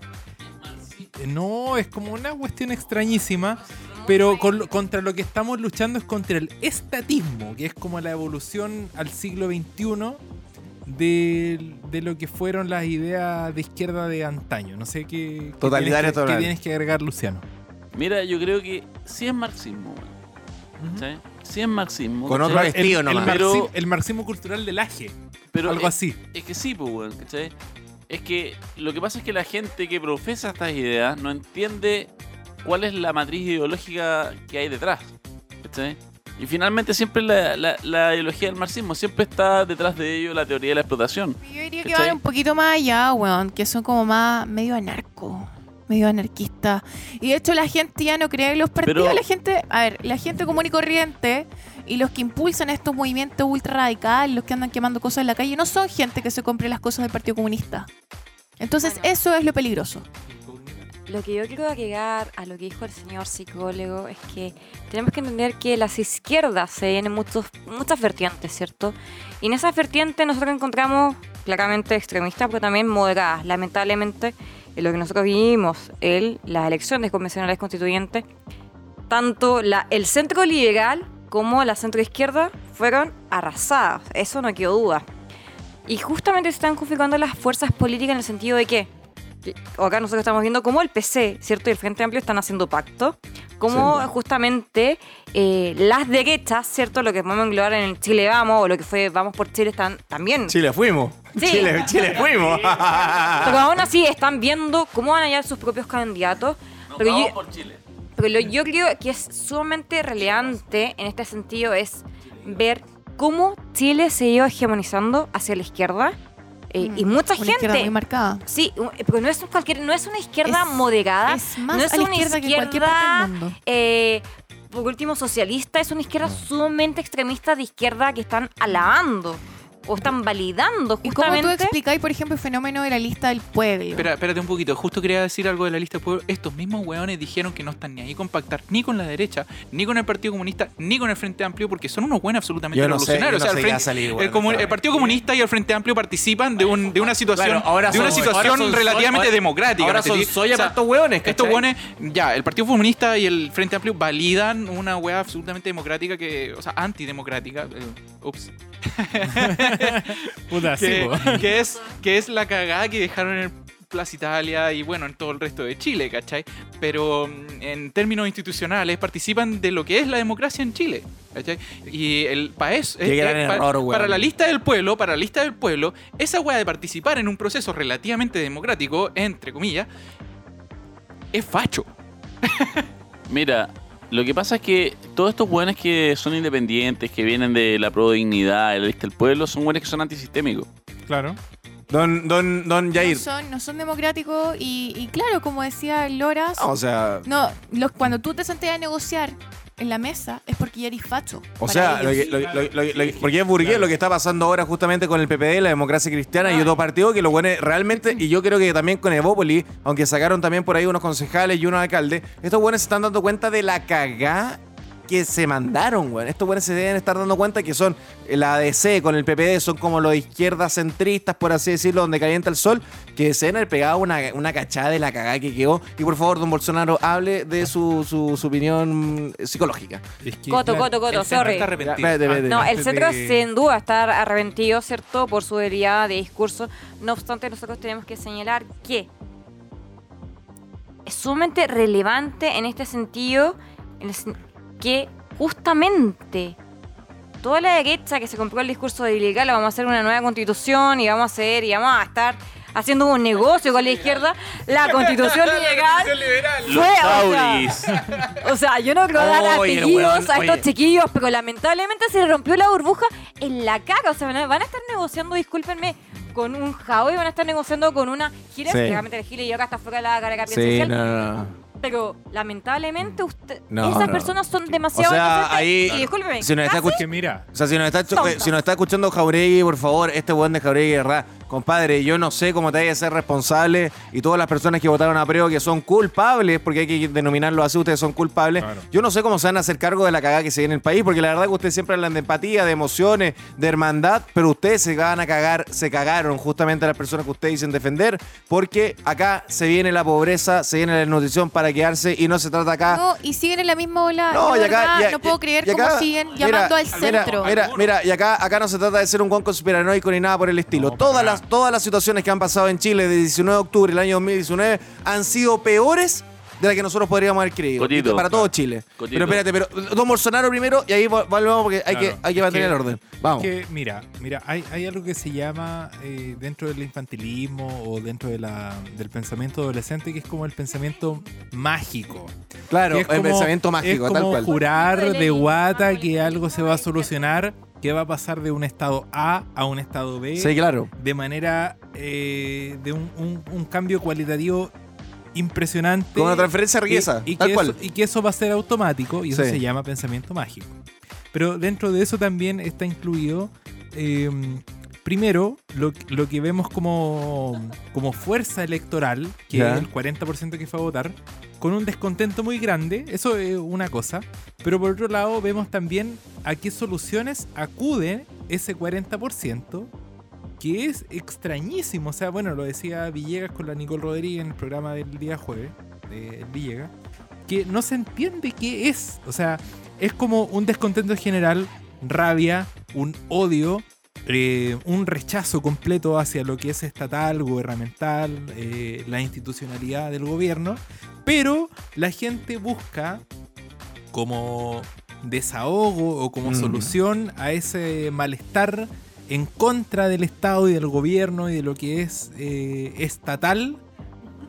Speaker 4: Eh, No, es como una cuestión extrañísima. Pero con lo- contra lo que estamos luchando es contra el estatismo, que es como la evolución al siglo XXI de, de lo que fueron las ideas de izquierda de antaño. No sé qué, qué tienes que-
Speaker 1: Totalitario,
Speaker 4: qué
Speaker 1: total.
Speaker 4: tienes que agregar, Luciano.
Speaker 5: Mira, yo creo que sí es marxismo, weón. ¿sí? Sí es marxismo.
Speaker 1: Con
Speaker 5: ¿cachai?
Speaker 1: otro
Speaker 4: El-
Speaker 1: vestido
Speaker 4: el,
Speaker 1: nomás. eh,
Speaker 5: Pero-
Speaker 4: marxismo, el marxismo cultural del Aje,
Speaker 5: Pero
Speaker 4: algo
Speaker 5: es-
Speaker 4: así.
Speaker 5: Es que sí, pues, weón, ¿cachai? Es que lo que pasa es que la gente que profesa estas ideas no entiende cuál es la matriz ideológica que hay detrás, ¿cachai? Y finalmente siempre la, la- la ideología del marxismo, siempre está detrás de ello la teoría de la explotación.
Speaker 3: Yo diría que
Speaker 5: ¿Cachai?
Speaker 3: van un poquito más allá, weón, que son como más medio anarco, medio anarquista. Y de hecho la gente ya no cree en los partidos,
Speaker 5: Pero-
Speaker 3: la gente, a ver, la gente común y corriente y los que impulsan estos movimientos ultra radicales, los que andan quemando cosas en la calle, no son gente que se compre las cosas del Partido Comunista. Entonces
Speaker 6: Bueno.
Speaker 3: eso es lo peligroso.
Speaker 6: Lo que yo quiero agregar a lo que dijo el señor psicólogo es que tenemos que entender que las izquierdas se vienen muchos, muchas vertientes, ¿cierto? Y en esas vertientes nosotros encontramos claramente extremistas, pero también moderadas. Lamentablemente, en lo que nosotros vivimos en las elecciones convencionales constituyentes, tanto la, el centro liberal como la centro izquierda fueron arrasadas. Eso no quedó duda. Y justamente se están configurando las fuerzas políticas en el sentido de que que- o acá nosotros estamos viendo cómo el PC, ¿cierto? Y el Frente Amplio están haciendo pacto. Cómo justamente eh, las derechas, ¿cierto? Lo que podemos englobar en el Chile Vamos o lo que fue Vamos por Chile están también.
Speaker 1: Chile fuimos.
Speaker 6: Sí.
Speaker 1: Chile, Chile fuimos.
Speaker 6: Pero aún así están viendo cómo van a hallar sus propios candidatos. Pero yo-
Speaker 5: por Chile.
Speaker 6: Pero lo yo creo que es sumamente relevante en este sentido es ver cómo Chile se iba hegemonizando hacia la izquierda. eh, y mucha
Speaker 3: Mm, Una
Speaker 6: gente.
Speaker 3: izquierda muy marcada.
Speaker 6: Sí, u- porque no es, un cualquier, no es una izquierda
Speaker 3: Es-
Speaker 6: moderada.
Speaker 3: Es más
Speaker 6: no es
Speaker 3: a la
Speaker 6: una
Speaker 3: izquierda, que en cualquier parte del mundo.
Speaker 6: eh, por último, socialista es una izquierda
Speaker 4: Ah.
Speaker 6: sumamente extremista de izquierda que están alabando o están validando
Speaker 3: ¿Y cómo tú
Speaker 6: justamente.
Speaker 3: explicáis, por ejemplo, el fenómeno de la lista del pueblo?
Speaker 2: Espera, espérate un poquito. Justo quería decir algo de la lista de pueblo. Estos mismos hueones dijeron que no están ni ahí con pactar ni con la derecha, ni con el Partido Comunista, ni con el Frente Amplio, porque son unos hueones absolutamente
Speaker 1: Yo no sé, yo no
Speaker 2: revolucionarios.
Speaker 1: sé
Speaker 2: o sea, el,
Speaker 1: qué va a
Speaker 2: Frente-
Speaker 1: salir,
Speaker 2: el
Speaker 1: weón,
Speaker 2: comu-
Speaker 1: esta
Speaker 2: el Partido
Speaker 1: weá.
Speaker 2: Comunista y el Frente Amplio participan de, un- de una situación,
Speaker 7: Claro, ahora
Speaker 2: de una
Speaker 7: son-
Speaker 2: situación
Speaker 7: ahora son-
Speaker 2: relativamente
Speaker 7: ahora-
Speaker 2: democrática.
Speaker 7: ahora
Speaker 2: ¿me
Speaker 7: son
Speaker 2: entendí?
Speaker 7: soya
Speaker 2: O sea,
Speaker 7: para estos hueones,
Speaker 2: estos
Speaker 7: ¿cachai?
Speaker 2: hueones, ya, el Partido Comunista y el Frente Amplio validan una hueá absolutamente democrática que, o sea, antidemocrática. eh, ups.
Speaker 4: Puta, sí,
Speaker 2: que,
Speaker 4: po.
Speaker 2: que es, que es la cagada que dejaron en Plaza Italia y bueno, en todo el resto de Chile, ¿cachai? Pero mm, en términos institucionales participan de lo que es la democracia en Chile, ¿cachai? Y el país
Speaker 7: Qué gran error, weón.
Speaker 2: para la lista del pueblo, para la lista del pueblo, esa weá de participar en un proceso relativamente democrático, entre comillas, es facho.
Speaker 5: Mira, lo que pasa es que todos estos buenos que son independientes, que vienen de la pro dignidad, de la lista del pueblo, son buenos que son antisistémicos.
Speaker 4: Claro.
Speaker 1: Don, don, don Jair.
Speaker 3: No son, no son democráticos y, y claro, como decía Loras,
Speaker 1: No, o sea,
Speaker 3: no, los, cuando tú te senté a negociar en la mesa es porque ya eres facho.
Speaker 1: o
Speaker 3: para
Speaker 1: sea, lo que-
Speaker 3: ellos.
Speaker 1: lo- lo- lo- lo- lo- porque es burgués lo que está pasando ahora justamente con el PPD, la democracia cristiana y otros partidos que lo bueno realmente, y yo creo que también con Evópoli, aunque sacaron también por ahí unos concejales y unos alcaldes, estos buenos se están dando cuenta de la cagá que se mandaron, weón. Estos buenos se deben estar dando cuenta que son eh, la ADC con el PPD, son como los izquierdas centristas, por así decirlo, donde calienta el sol, que se deben haber pegado una, una cachada de la cagá que quedó. Y por favor, don Bolsonaro, hable de su, su- su opinión mm, psicológica.
Speaker 4: Es que,
Speaker 6: Coto,
Speaker 4: claro,
Speaker 6: coto, coto,
Speaker 4: el centro
Speaker 6: sorry.
Speaker 4: está arrepentido.
Speaker 1: Ya, espérate,
Speaker 3: Ah,
Speaker 1: espérate.
Speaker 6: No, el
Speaker 4: Antes
Speaker 6: centro
Speaker 4: de-
Speaker 6: sin duda está arrepentido, ¿cierto? Por su deriva de discurso. No obstante, nosotros tenemos que señalar que es sumamente relevante en este sentido en el sen- que justamente toda la derecha que se compró el discurso de ilegal, vamos a hacer una nueva constitución y vamos a hacer y vamos a estar haciendo un negocio con la izquierda, la constitución ilegal fue, o
Speaker 5: Los
Speaker 6: sea,
Speaker 5: auris.
Speaker 6: o sea, yo no creo dar
Speaker 7: Oye,
Speaker 6: apellidos
Speaker 7: weón,
Speaker 6: a estos
Speaker 7: oye.
Speaker 6: chiquillos, pero lamentablemente se les rompió la burbuja en la cara. O sea, van a, van a estar negociando, discúlpenme, con un jao y van a estar negociando con una gira.
Speaker 1: Sí.
Speaker 6: que Realmente el gile y yo acá está fuera de la cara de
Speaker 1: Sí, no, no, no.
Speaker 6: Pero lamentablemente usted,
Speaker 1: No,
Speaker 6: esas
Speaker 1: no.
Speaker 6: personas son demasiado.
Speaker 1: O sea,
Speaker 6: inocentes.
Speaker 1: ahí-
Speaker 6: Y discúlpenme.
Speaker 1: Si nos está
Speaker 4: Es
Speaker 1: escuchando.
Speaker 4: que mira,
Speaker 1: O sea, si nos, está,
Speaker 6: Tonto.
Speaker 1: eh, si nos está escuchando Jauregui, por favor, este buen de Jauregui, de ¿verdad? Compadre, yo no sé cómo te hay que ser responsable y todas las personas que votaron a Preo que son culpables, porque hay que denominarlo así, ustedes son culpables.
Speaker 4: Claro.
Speaker 1: Yo no sé cómo se van a hacer cargo de la cagada que se viene en el país, porque la verdad que ustedes siempre hablan de empatía, de emociones, de hermandad, pero ustedes se van a cagar, se cagaron justamente a las personas que ustedes dicen defender, porque acá se viene la pobreza, se viene la desnutrición para quedarse y no se trata acá
Speaker 3: No, y siguen en la misma ola.
Speaker 1: no,
Speaker 3: No,
Speaker 1: y acá, y-
Speaker 3: no puedo
Speaker 1: y-
Speaker 3: creer
Speaker 1: y acá-
Speaker 3: cómo siguen
Speaker 1: mira,
Speaker 3: llamando al
Speaker 1: mira,
Speaker 3: centro.
Speaker 1: Mira, mira, y acá, acá no se trata de ser un guan conspiranoico ni nada por el estilo.
Speaker 4: No, para
Speaker 1: todas,
Speaker 4: nada.
Speaker 1: las, todas las situaciones que han pasado en Chile desde 19 de octubre del año 2019 han sido peores de la que nosotros podríamos haber creído.
Speaker 5: Cotito.
Speaker 1: Para todo Chile.
Speaker 5: Cotito.
Speaker 1: Pero espérate, pero don Bolsonaro primero y ahí vol- volvemos porque hay
Speaker 4: Claro.
Speaker 1: que, hay que
Speaker 4: Es
Speaker 1: mantener
Speaker 4: que-
Speaker 1: el orden. Vamos.
Speaker 4: Que, mira, mira, hay, hay algo que se llama eh, dentro del infantilismo o dentro de la- del pensamiento adolescente que es como el pensamiento mágico.
Speaker 1: claro,
Speaker 4: Que
Speaker 1: el
Speaker 4: es como-
Speaker 1: pensamiento mágico,
Speaker 4: es
Speaker 1: tal
Speaker 4: como
Speaker 1: cual.
Speaker 4: jurar de guata que algo se va a solucionar, que va a pasar de un estado A a un estado B
Speaker 1: Sí, claro.
Speaker 4: de manera eh, de un, un- un cambio cualitativo impresionante.
Speaker 1: Con una transferencia de riqueza,
Speaker 4: Y, y
Speaker 1: tal
Speaker 4: que
Speaker 1: cual.
Speaker 4: Eso, y que eso va a ser automático y eso
Speaker 1: Sí.
Speaker 4: se llama pensamiento mágico. Pero dentro de eso también está incluido, eh, primero, lo, lo que vemos como, como fuerza electoral, que
Speaker 1: Ya.
Speaker 4: es el 40% que fue a votar, con un descontento muy grande, eso es una cosa. Pero por otro lado, vemos también a qué soluciones acude ese 40%, que es extrañísimo. O sea, bueno, lo decía Villegas con la Nicole Rodríguez en el programa del día jueves, de Villegas, que no se entiende qué es. O sea, es como un descontento general, rabia, un odio. eh, un rechazo completo hacia lo que es estatal, gubernamental, eh, la institucionalidad del gobierno, pero la gente busca como desahogo o como
Speaker 1: Mm.
Speaker 4: solución a ese malestar en contra del Estado y del gobierno y de lo que es eh, estatal.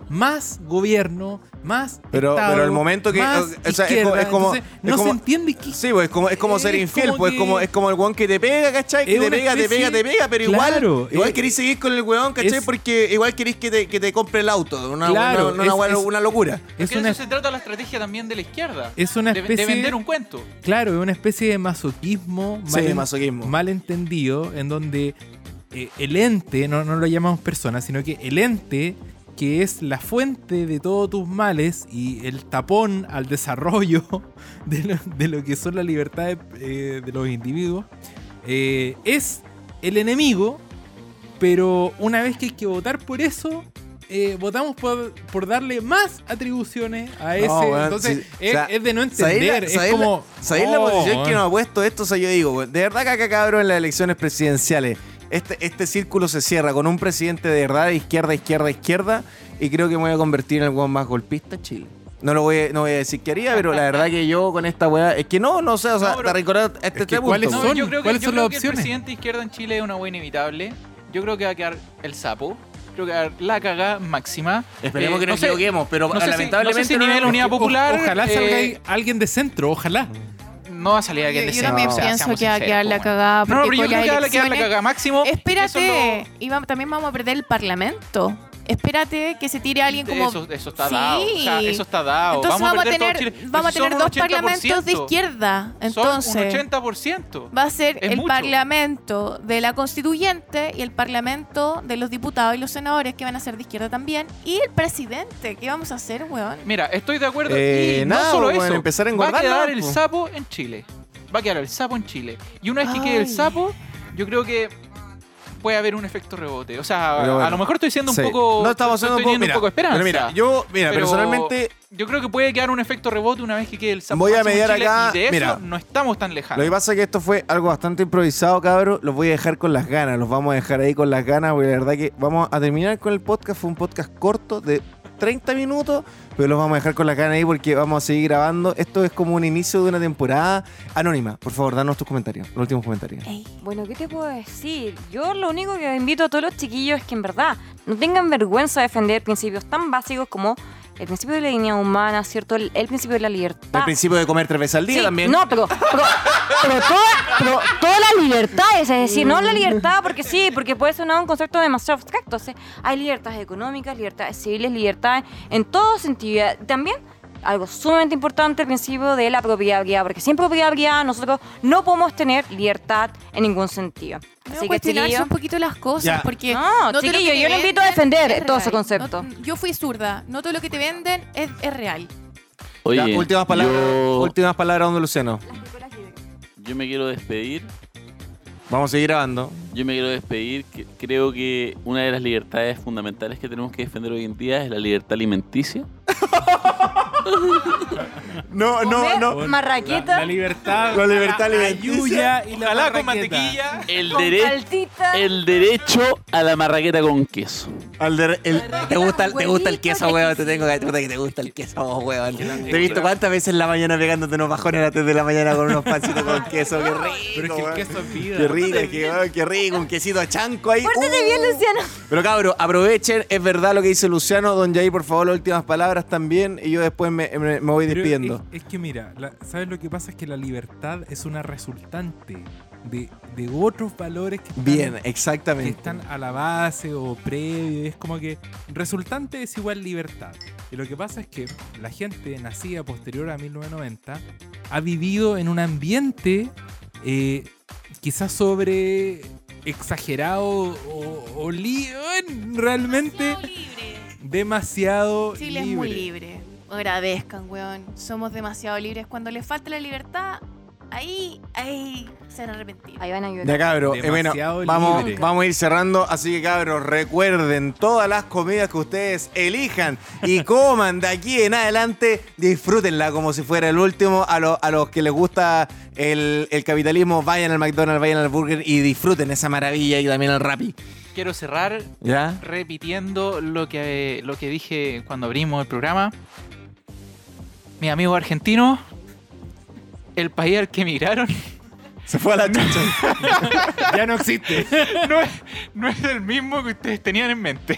Speaker 4: Más gobierno, más.
Speaker 1: Pero-
Speaker 4: Estado,
Speaker 1: pero el momento que-
Speaker 4: más
Speaker 1: o sea, es
Speaker 4: izquierda.
Speaker 1: co- es como-
Speaker 4: Entonces,
Speaker 1: es
Speaker 4: no
Speaker 1: como-
Speaker 4: se entiende qué.
Speaker 1: Sí, pues es como, es como
Speaker 4: Es
Speaker 1: ser infiel,
Speaker 4: como
Speaker 1: pues es
Speaker 4: que-
Speaker 1: como, es como el weón que te pega, ¿cachai? Que
Speaker 4: Es
Speaker 1: te
Speaker 4: una
Speaker 1: pega, te pega,
Speaker 4: especie-
Speaker 1: te pega, pero
Speaker 4: Claro,
Speaker 1: igual, igual
Speaker 4: es-
Speaker 1: querís seguir con el weón, ¿cachai?
Speaker 4: es-
Speaker 1: Porque igual querís que te, que te compre el auto, una,
Speaker 4: Claro,
Speaker 1: una, una-
Speaker 4: es-
Speaker 1: una-
Speaker 4: es-
Speaker 1: una locura.
Speaker 4: Es
Speaker 2: Porque
Speaker 4: una,
Speaker 2: de eso se trata la estrategia también de la izquierda.
Speaker 4: es una
Speaker 2: de, de
Speaker 4: especie.
Speaker 2: vender un cuento.
Speaker 4: Claro, es una especie de masoquismo,
Speaker 1: Sí,
Speaker 4: malen-
Speaker 1: masoquismo.
Speaker 4: malentendido, en donde eh, el ente, no, no lo llamamos persona, sino que el ente, que es la fuente de todos tus males y el tapón al desarrollo de lo, de lo que son las libertades eh, de los individuos, eh, es el enemigo, pero una vez que hay que votar por eso. eh, votamos por, por darle más atribuciones a ese.
Speaker 1: weón,
Speaker 4: Entonces,
Speaker 1: sí,
Speaker 4: es,
Speaker 1: o sea,
Speaker 4: es de no
Speaker 1: ¿Sabéis la-
Speaker 4: entender. es
Speaker 1: sabéis la-
Speaker 4: como.
Speaker 1: ¿Sabéis la
Speaker 4: oh,
Speaker 1: posición que
Speaker 4: weón.
Speaker 1: nos ha puesto esto? O sea, yo digo, weón, de verdad que acá cabrón en las elecciones presidenciales. Este, este círculo se cierra con un presidente de verdad de izquierda, izquierda, izquierda. Y creo que me voy a convertir en el weón más golpista de Chile. No lo voy a, no voy a decir que haría, pero la verdad que yo con esta weá. Es que no, no sé, o sea,
Speaker 2: No, pero-
Speaker 1: te recordar este,
Speaker 4: que
Speaker 1: este punto.
Speaker 4: ¿cuáles
Speaker 1: weón.
Speaker 2: No,
Speaker 4: son?
Speaker 2: yo creo que,
Speaker 4: ¿Cuáles
Speaker 2: yo
Speaker 4: son
Speaker 2: creo
Speaker 4: las
Speaker 2: que el
Speaker 4: opciones?
Speaker 2: presidente de izquierda en Chile es una hueá inevitable. Yo creo que va a quedar el sapo. Creo que va a quedar la cagada máxima.
Speaker 1: Esperemos
Speaker 2: Eh,
Speaker 1: que no
Speaker 2: no
Speaker 1: nos
Speaker 2: sé-
Speaker 1: equivoquemos, pero
Speaker 2: no sé si-
Speaker 1: lamentablemente.
Speaker 2: no sé si nivel
Speaker 1: nos-
Speaker 2: unidad
Speaker 1: es que-
Speaker 2: popular,
Speaker 4: Ojalá salga
Speaker 2: eh,
Speaker 4: ahí alguien de centro, ojalá.
Speaker 2: No va a salir alguien
Speaker 3: Yo,
Speaker 2: de
Speaker 3: yo también
Speaker 1: No.
Speaker 3: pienso que va a quedar la cagada.
Speaker 2: No, pero
Speaker 3: porque
Speaker 2: yo
Speaker 3: con
Speaker 2: creo que va a
Speaker 3: las
Speaker 2: quedar la
Speaker 3: elecciones-
Speaker 2: cagada máximo.
Speaker 3: Espérate,
Speaker 2: Eso
Speaker 3: y va- también vamos a perder el Parlamento. Espérate que se tire
Speaker 2: no-
Speaker 3: alguien como.
Speaker 2: eso, eso está
Speaker 3: Sí.
Speaker 2: dado. O sea, eso está dado.
Speaker 3: Entonces vamos a
Speaker 2: perder todo
Speaker 3: tener,
Speaker 2: Chile. Pero
Speaker 3: vamos a
Speaker 2: si
Speaker 3: tener
Speaker 2: son
Speaker 3: dos
Speaker 2: un 80%,
Speaker 3: parlamentos de izquierda.
Speaker 2: Son un
Speaker 3: Entonces
Speaker 2: 80%.
Speaker 3: va a ser
Speaker 2: Es
Speaker 3: el
Speaker 2: mucho.
Speaker 3: parlamento de la constituyente y el parlamento de los diputados y los senadores que van a ser de izquierda también. Y el presidente, ¿qué vamos a hacer, weón?
Speaker 2: Mira, estoy de acuerdo.
Speaker 1: Eh,
Speaker 2: y no
Speaker 1: nada,
Speaker 2: solo
Speaker 1: bueno,
Speaker 2: eso.
Speaker 1: empezar a
Speaker 2: va
Speaker 1: engordar,
Speaker 2: a quedar
Speaker 1: ¿no?
Speaker 2: el
Speaker 1: Po.
Speaker 2: sapo en Chile. Va a quedar el sapo en Chile. Y una vez que quede el
Speaker 3: Ay.
Speaker 2: sapo, yo creo que puede haber un efecto rebote. O sea,
Speaker 1: Pero
Speaker 2: a
Speaker 1: bueno,
Speaker 2: lo mejor estoy siendo
Speaker 1: sí.
Speaker 2: un poco.
Speaker 1: No estamos haciendo
Speaker 2: estoy
Speaker 1: un poco,
Speaker 2: teniendo
Speaker 1: mira,
Speaker 2: de esperanza.
Speaker 1: Pero mira, yo, mira,
Speaker 2: Pero-
Speaker 1: personalmente
Speaker 2: Yo creo que puede quedar un efecto rebote una vez que quede el sapo.
Speaker 1: Voy a
Speaker 2: máximo en
Speaker 1: mediar
Speaker 2: Chile,
Speaker 1: acá,
Speaker 2: y de eso
Speaker 1: mira.
Speaker 2: no estamos tan
Speaker 1: Lo
Speaker 2: lejanos.
Speaker 1: que pasa es que esto fue algo bastante improvisado, cabros. Los voy a dejar con las ganas, los vamos a dejar ahí con las ganas, porque la verdad que vamos a terminar con el podcast. Fue un podcast corto de 30 minutos, pero los vamos a dejar con las ganas ahí porque vamos a seguir grabando. Esto es como un inicio de una temporada anónima. Por favor, danos tus comentarios, los últimos comentarios.
Speaker 3: Ey.
Speaker 6: Bueno, ¿qué te puedo decir? Yo lo único que invito a todos los chiquillos es que en verdad no tengan vergüenza de defender principios tan básicos como el principio de la dignidad humana, ¿cierto? El, el principio de la libertad.
Speaker 1: El principio de comer tres veces al día
Speaker 6: Sí,
Speaker 1: también.
Speaker 6: No, pero, pero, pero toda, pero todas las libertades, es decir, no la libertad porque sí, porque puede sonar un concepto demasiado abstracto. O sea, hay libertades económicas, libertades civiles, libertades en todo sentido. También algo sumamente importante, el principio de la propiedad privada, porque sin propiedad privada nosotros no podemos tener libertad en ningún sentido.
Speaker 3: Vamos
Speaker 6: Así
Speaker 3: a
Speaker 6: que,
Speaker 3: cuestionarse
Speaker 6: chiquillos,
Speaker 3: un poquito las cosas,
Speaker 1: Ya.
Speaker 3: porque...
Speaker 6: No,
Speaker 3: todo lo
Speaker 6: chiquillo,
Speaker 3: que te
Speaker 6: yo lo invito a
Speaker 3: venden
Speaker 6: defender
Speaker 3: es
Speaker 6: todo ese
Speaker 3: real.
Speaker 6: concepto.
Speaker 3: No- yo fui zurda, no todo lo que te venden es, es real.
Speaker 5: Oye,
Speaker 1: Ya, últimas palabras,
Speaker 5: yo-
Speaker 1: últimas palabras, don Luciano.
Speaker 5: yo me quiero despedir
Speaker 1: Vamos a seguir grabando.
Speaker 5: Yo me quiero despedir. que- Creo que una de las libertades fundamentales que tenemos que defender hoy en día es la libertad alimenticia.
Speaker 8: No, no,
Speaker 6: Comer
Speaker 8: no.
Speaker 4: Bueno,
Speaker 6: Marraqueta.
Speaker 4: La, la libertad.
Speaker 8: La libertad alimenticia.
Speaker 4: ayuya y la
Speaker 2: Ojalá con
Speaker 4: marraqueta.
Speaker 2: mantequilla.
Speaker 5: El,
Speaker 6: con
Speaker 5: dere-
Speaker 6: paltita.
Speaker 5: el derecho a la marraqueta con queso.
Speaker 8: Al de- el-
Speaker 1: ¿Te gusta, el- te gusta el queso,
Speaker 6: Huevito,
Speaker 1: weón? Te tengo que puta que te gusta el queso, vos, weón. Te he
Speaker 2: que
Speaker 1: visto
Speaker 2: la-
Speaker 1: cuántas veces en la mañana pegándote unos bajones a las 3 de la mañana con unos pancitos con queso. Qué rico.
Speaker 4: Pero es que el
Speaker 1: weón.
Speaker 4: queso es vida.
Speaker 1: Qué rico, qué, weón, qué rico. Un quesito a chanco ahí. Uh.
Speaker 6: Pórtate bien, Luciano.
Speaker 1: Pero cabros, aprovechen, es verdad lo que dice Luciano, don Jair, por favor, las últimas palabras también, y yo después me, me- me voy
Speaker 4: Pero
Speaker 1: despidiendo.
Speaker 4: Es, es que mira, la- ¿sabes lo que pasa? Es que la libertad es una resultante de, de otros valores que están,
Speaker 1: Bien,
Speaker 4: que
Speaker 1: exactamente.
Speaker 4: están a la base o previo. Es como que resultante es igual libertad. Y lo que pasa es que la gente nacida posterior a 1990 ha vivido en un ambiente eh, quizás sobre exagerado o, o li- realmente demasiado
Speaker 3: Chile es muy libre. Agradezcan, weón. Somos demasiado libres. Cuando les falta la libertad, ahí, ahí se han arrepentido.
Speaker 6: Ahí van a
Speaker 1: Ya
Speaker 6: llorar.
Speaker 1: cabros, eh, bueno,
Speaker 4: Demasiado
Speaker 1: vamos,
Speaker 4: libre.
Speaker 1: vamos a ir cerrando, así que cabros, recuerden todas las comidas que ustedes elijan y coman de aquí en adelante, disfrútenla como si fuera el último, a, lo- a los que les gusta el, el capitalismo, vayan al McDonald's, vayan al Burger y disfruten esa maravilla y también el Rappi.
Speaker 2: Quiero cerrar
Speaker 1: ¿Ya?
Speaker 2: repitiendo lo que, lo que dije cuando abrimos el programa. Mis amigos argentinos, el país al que emigraron
Speaker 1: Se fue a la chucha.
Speaker 4: Ya no existe.
Speaker 2: no es, no es el mismo que ustedes tenían en mente.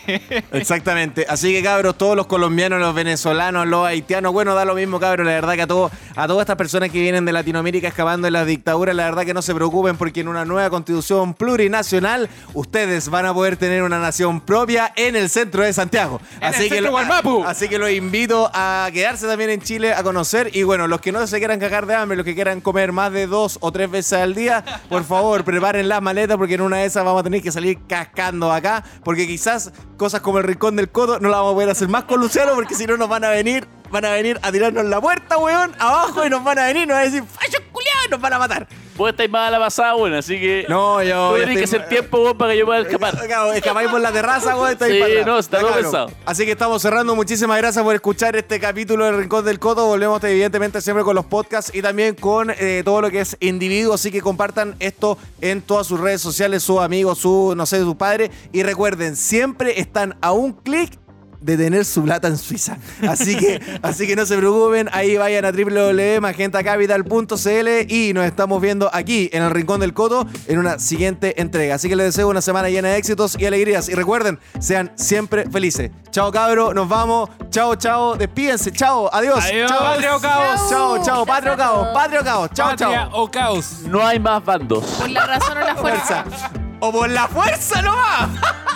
Speaker 1: Exactamente. Así que, cabros, todos los colombianos, los venezolanos, los haitianos, bueno, da lo mismo, cabros. La verdad que a, todos a todas estas personas que vienen de Latinoamérica escapando de las dictaduras, la verdad que no se preocupen porque en una nueva constitución plurinacional, ustedes van a poder tener una nación propia en el centro de Santiago.
Speaker 2: En el centro de Gualmapu.
Speaker 1: así que los invito a quedarse también en Chile a conocer. Y bueno, los que no se quieran cagar de hambre, los que quieran comer más de dos o tres veces al día, por favor, preparen las maletas porque en una de esas vamos a tener que salir cascando acá. Porque quizás cosas como el rincón del codo no las vamos a poder hacer más con Luciano porque si no nos van a venir. Van a venir a tirarnos la puerta, weón, abajo y nos van a venir, nos van a decir, ¡Fallo culiado! Y nos van a matar.
Speaker 5: Vos estáis mal a la pasada, bueno, así que.
Speaker 1: No, yo.
Speaker 5: Tú
Speaker 1: ya
Speaker 5: tenés que
Speaker 1: estoy-
Speaker 5: hacer tiempo, vos, para que yo pueda escapar.
Speaker 1: Claro, escapáis por la terraza, güey. estáis
Speaker 5: Sí,
Speaker 1: para allá.
Speaker 5: no, está
Speaker 1: Ya,
Speaker 5: todo
Speaker 1: cabrón.
Speaker 5: pensado.
Speaker 1: Así que estamos cerrando. Muchísimas gracias por escuchar este capítulo del Rincón del Coto. Volvemos, evidentemente, siempre con los podcasts y también con eh, todo lo que es individuo. Así que compartan esto en todas sus redes sociales, sus amigos, su, no sé, su padre. Y recuerden, siempre están a un clic de tener su plata en Suiza. Así que, así que no se preocupen, ahí vayan a www.magentacapital.cl y nos estamos viendo aquí en el Rincón del Coto en una siguiente entrega. Así que les deseo una semana llena de éxitos y alegrías. Y recuerden, sean siempre felices. Chao cabro, nos vamos. Chao, chao, despídense. Chao, adiós.
Speaker 4: Adiós.
Speaker 1: Chao,
Speaker 4: Patria o caos.
Speaker 1: Chao, chao, patrio caos, patrio caos. Chao,
Speaker 4: Patria
Speaker 1: chao.
Speaker 4: o caos.
Speaker 5: No hay más bandos.
Speaker 3: Por la razón o la fuerza.
Speaker 1: Fuerza. O por la fuerza nomás.